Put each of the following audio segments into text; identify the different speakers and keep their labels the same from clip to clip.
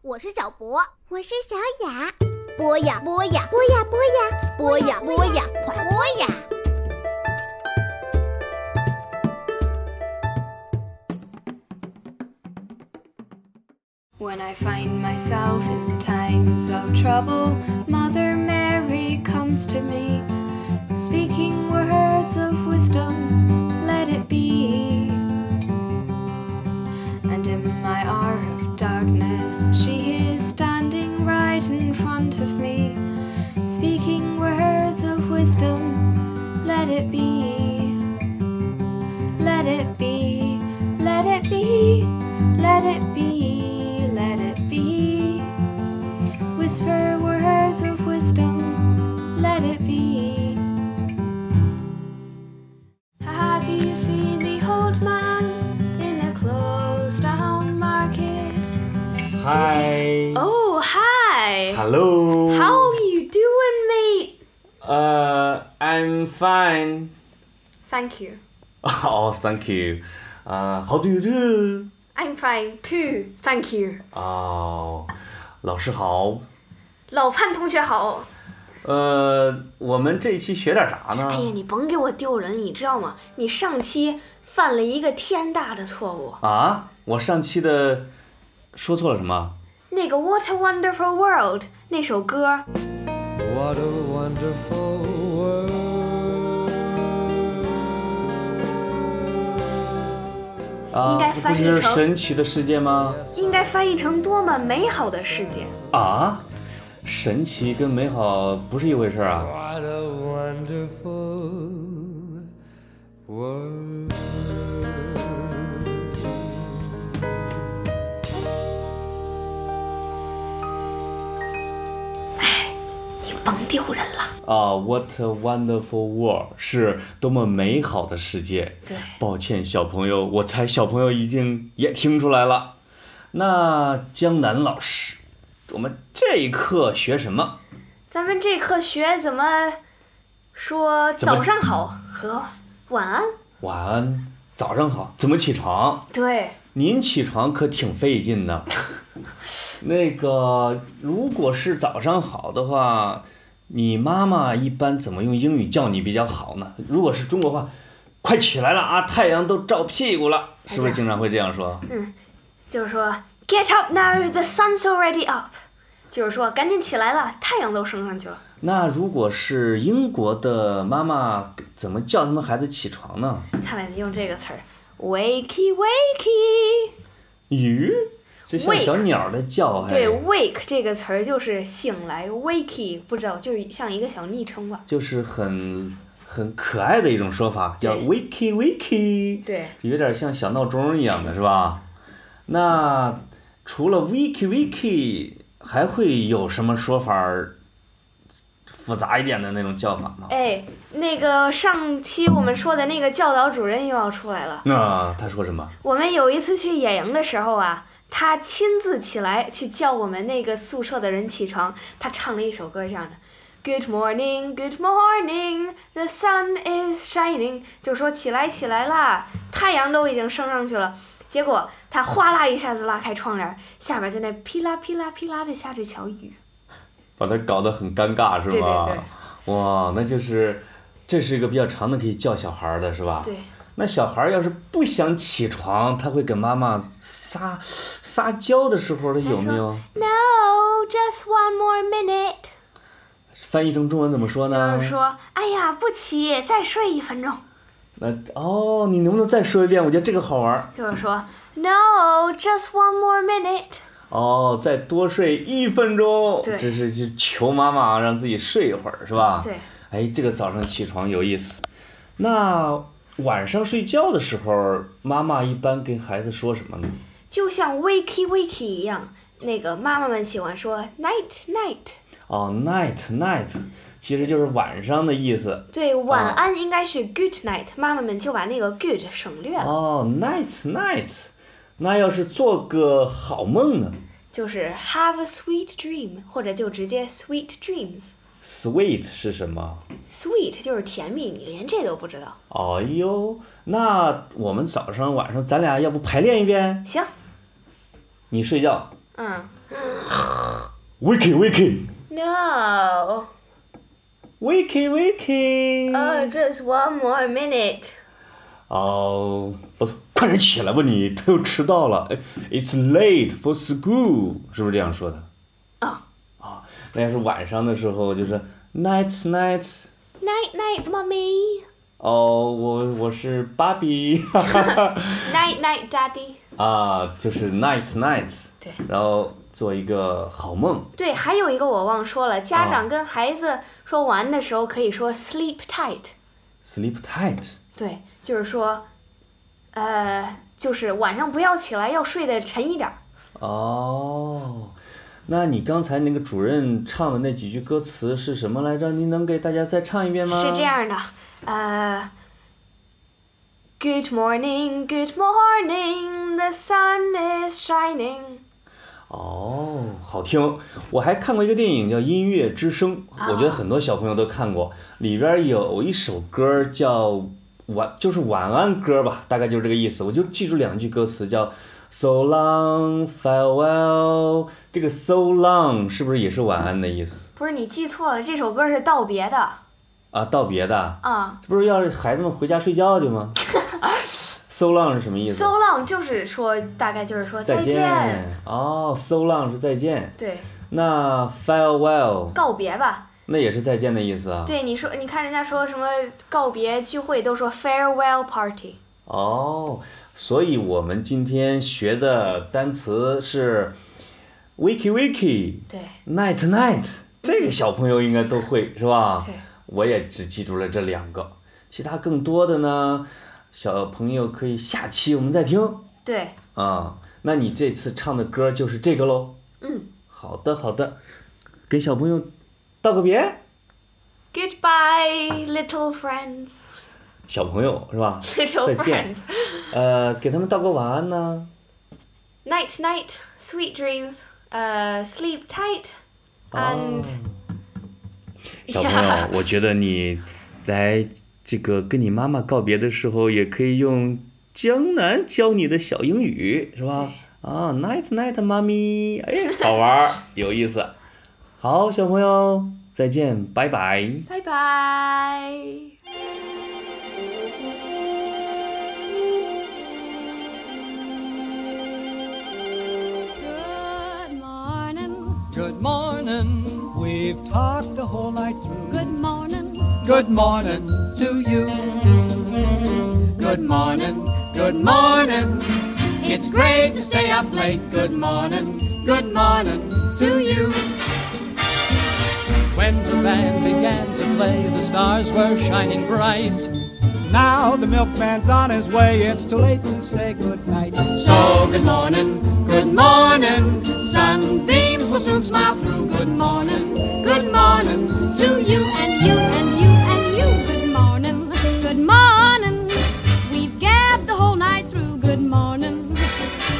Speaker 1: 我是小博，我是小雅。播呀播呀播呀播呀播呀播呀，快播呀！
Speaker 2: When I find myself in times of trouble, Mother Mary comes to me, speaking words of wisdom, let it be. And in my hour of darkness, she is standing right in front of me, speaking words of wisdom, let it be. Let it be, let it be, let it be, let it be. Whisper words of wisdom, let it be. Have you seen the old man in the closed down market?
Speaker 3: 嗨
Speaker 2: Oh, hi!
Speaker 3: ，Hello。
Speaker 2: How are you doing, mate?
Speaker 3: 呃、i m fine.
Speaker 2: Thank you.
Speaker 3: Oh, thank you. 呃、h o w do you do?
Speaker 2: I'm fine too. Thank you.
Speaker 3: 哦、老师好。
Speaker 2: 老潘同学好。
Speaker 3: 呃，我们这一期学点啥
Speaker 2: 哎呀，
Speaker 3: 呢？
Speaker 2: 你甭给我丢人，你知道吗？你上期犯了一个天大的错误，
Speaker 3: 啊，我上期的说错了什么？
Speaker 2: 那个《What a Wonderful World》那首歌，
Speaker 4: What a wonderful world.
Speaker 3: 啊，
Speaker 2: 应该
Speaker 3: 不
Speaker 2: 翻译
Speaker 3: 是
Speaker 2: 成
Speaker 3: 神奇的世界吗？
Speaker 2: 应该翻译成“多么美好的世界
Speaker 3: 啊，神奇跟美好不是一回事儿啊。
Speaker 4: What a wonderful world.
Speaker 2: 你甭丢人了。
Speaker 3: 啊，What a wonderful world，是多么美好的世界。
Speaker 2: 对
Speaker 3: 抱歉，小朋友，我猜小朋友一定也听出来了。那江南老师，我们这一课学什么？
Speaker 2: 咱们这课学怎么说
Speaker 3: 怎么
Speaker 2: 早上好和晚安？
Speaker 3: 晚安，早上好，怎么起床？
Speaker 2: 对，
Speaker 3: 您起床可挺费劲的。 那个，如果是早上好的话，你妈妈一般怎么用英语叫你比较好呢？如果是中国话，快起来了啊，太阳都照屁股了，是不是经常会这样说？
Speaker 2: 就是说 “Get up now, the sun's already up”，就是说赶紧起来了，太阳都升上去了。
Speaker 3: 那如果是英国的妈妈，怎么叫他们孩子起床呢？
Speaker 2: 他们用这个词儿，“wakey wakey”。
Speaker 3: 鱼，这像
Speaker 2: Wake
Speaker 3: 小鸟在叫，哎还
Speaker 2: 对，wake 这个词儿就是醒来，wakey 不知道，就是像一个小昵称吧。
Speaker 3: 就是很很可爱的一种说法，叫
Speaker 2: 对
Speaker 3: wiki wiki，
Speaker 2: 对，
Speaker 3: 有点像小闹钟一样的是吧？那除了 wiki wiki，还会有什么说法儿复杂一点的那种叫法吗？
Speaker 2: 哎，那个上期我们说的那个教导主任又要出来了。
Speaker 3: 那他说什么？
Speaker 2: 我们有一次去野营的时候啊，他亲自起来去叫我们那个宿舍的人起床，他唱了一首歌，这样的。Good morning, good morning, the sun is shining，就说起来起来啦，太阳都已经升上去了。结果他哗啦一下子拉开窗帘，下边在那噼啦噼啦噼啦的下着小雨。
Speaker 3: 把它搞得很尴尬是
Speaker 2: 对
Speaker 3: 吗？
Speaker 2: 对
Speaker 3: 哇，那就是，这是一个比较长的可以叫小孩儿的是吧？
Speaker 2: 对，
Speaker 3: 那小孩儿要是不想起床，他会跟妈妈撒撒娇的时候，他有没有
Speaker 2: No, just one more minute，
Speaker 3: 翻译成中文怎么说呢？
Speaker 2: 就是说，哎呀，不起，再睡一分钟。
Speaker 3: 那哦，你能不能再说一遍？我觉得这个好玩儿。
Speaker 2: 就是说，No, just one more minute。
Speaker 3: 哦，再多睡一分钟，
Speaker 2: 对
Speaker 3: 这是去求妈妈让自己睡一会儿，是吧？
Speaker 2: 对。
Speaker 3: 哎，这个早上起床有意思。那晚上睡觉的时候，妈妈一般跟孩子说什么呢？
Speaker 2: 就像 wakey wakey 一样，那个妈妈们喜欢说 night night。
Speaker 3: 哦，night night，其实就是晚上的意思。
Speaker 2: 对，晚安应该是 good night，、妈妈们就把那个 good 省略了，
Speaker 3: 哦，night night，那要是做个好梦呢
Speaker 2: 就是 have a sweet dream，或者就直接 sweet dreams。
Speaker 3: ？Sweet 是什么？
Speaker 2: sweet 就是甜蜜，你连这都不知道。
Speaker 3: 哎呦，那我们早上晚上咱俩要不排练一遍？
Speaker 2: 行，
Speaker 3: 你睡觉，
Speaker 2: 嗯，
Speaker 3: Wiki Wiki
Speaker 2: No.
Speaker 3: Wiki Wiki。
Speaker 2: Oh, just one more minute.
Speaker 3: 哦，不错，快点起来吧你，都迟到了。 哎 It's late for school，是不是这样说的？
Speaker 2: 啊
Speaker 3: 啊，那要是晚上的时候就是 night night。
Speaker 2: Night, night, mommy.
Speaker 3: 哦，我我是芭比， 哈哈哈
Speaker 2: Night, night, daddy.
Speaker 3: 啊，就是 night night，
Speaker 2: 对
Speaker 3: 然后做一个好梦。
Speaker 2: 对，还有一个我忘说了，家
Speaker 3: 啊
Speaker 2: 长跟孩子说玩的时候可以说 sleep tight。
Speaker 3: Sleep tight，
Speaker 2: 对，就是说，呃，就是晚上不要起来，要睡得沉一点儿。
Speaker 3: 哦，那你刚才那个主任唱的那几句歌词是什么来着？您能给大家再唱一遍吗？
Speaker 2: 是这。样的，呃，Good morning, good morning, the sun is shining。
Speaker 3: 哦，好听！我还看过一个电影叫《音乐之声》，
Speaker 2: 啊
Speaker 3: 我觉得很多小朋友都看过。里边有一首歌叫晚，就是晚安歌吧，大概就是这个意思。我就记住两句歌词，叫 “so long farewell”。这个 “so long” 是不是也是晚安的意思
Speaker 2: 不是你记错了，这首歌是道别的
Speaker 3: 啊？道别的，
Speaker 2: 啊。
Speaker 3: 不是要是孩子们回家睡觉去 吗？“so long” 是什么意思
Speaker 2: So？long 就是说，大概就是说
Speaker 3: 再
Speaker 2: 见，
Speaker 3: 哦，“so long” 是再见，
Speaker 2: 对，
Speaker 3: 那 “farewell”
Speaker 2: 告别吧。
Speaker 3: 那也是再见的意思啊？
Speaker 2: 对，你说，你看人家说什么告别聚会都说 farewell party。
Speaker 3: 哦，所以我们今天学的单词是 wiki wiki
Speaker 2: 对
Speaker 3: night night，这个小朋友应该都会是吧？
Speaker 2: 嗯对，
Speaker 3: 我也只记住了这两个，其他更多的呢，小朋友可以下期我们再听
Speaker 2: 对，
Speaker 3: 啊。那你这次唱的歌就是这个喽？
Speaker 2: 嗯。
Speaker 3: 好的，好的，给小朋友道个别，
Speaker 2: Goodbye, little friends.
Speaker 3: 小朋友是吧？
Speaker 2: Little
Speaker 3: 再见
Speaker 2: friends.
Speaker 3: 呃，给他们道个晚安呢。
Speaker 2: Night, night. Sweet dreams. Uh, sleep tight.
Speaker 3: 哦
Speaker 2: And
Speaker 3: 小朋友，我觉得你来这个跟你妈妈告别的时候，也可以用江南教你的小英语，是吧？啊，night night，妈咪，哎，好玩儿，有意思。好，小朋友，再见，拜拜。
Speaker 2: bye bye.
Speaker 5: Good morning,
Speaker 6: Good morning.
Speaker 7: We've talked the whole night through.
Speaker 5: good morning,
Speaker 6: Good morning to you. Good morning. Good morning. It's great to stay up late. Good morning. Good morning to you. When the band began to play, the stars were shining bright.
Speaker 7: Now the milkman's on his way. It's too late to say goodnight.
Speaker 6: So good morning, good morning. Sunbeams will soon smile through. Good morning, good morning to you and you.
Speaker 5: you and you and you. Good morning, good morning. We've gabbed the whole night through. Good morning,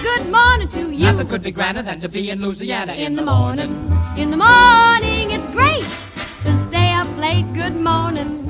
Speaker 5: good morning to you.
Speaker 6: Nothing could be grander than to be in Louisiana
Speaker 5: in the morning, in the morning, it's great to stay up late. Good morning,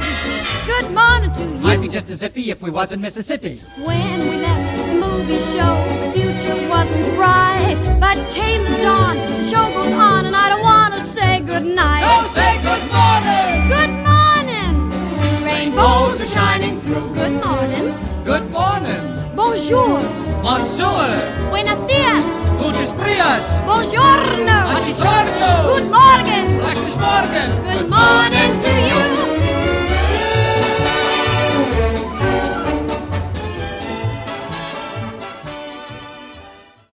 Speaker 5: good morning to you.
Speaker 6: I'd be just as zippy if we was in Mississippi.
Speaker 5: When we left the movie show, the future wasn't bright. But came the dawn, the show goes on, and I don't want to say goodnight.
Speaker 6: Don't say good morning.
Speaker 5: Good morning! Rainbows are shining through. Good morning.
Speaker 6: Good morning,
Speaker 5: Bonjour.
Speaker 6: Monsieur.
Speaker 5: Buenos dias.
Speaker 6: Lucius Frias.
Speaker 5: Buongiorno.
Speaker 6: Buongiorno.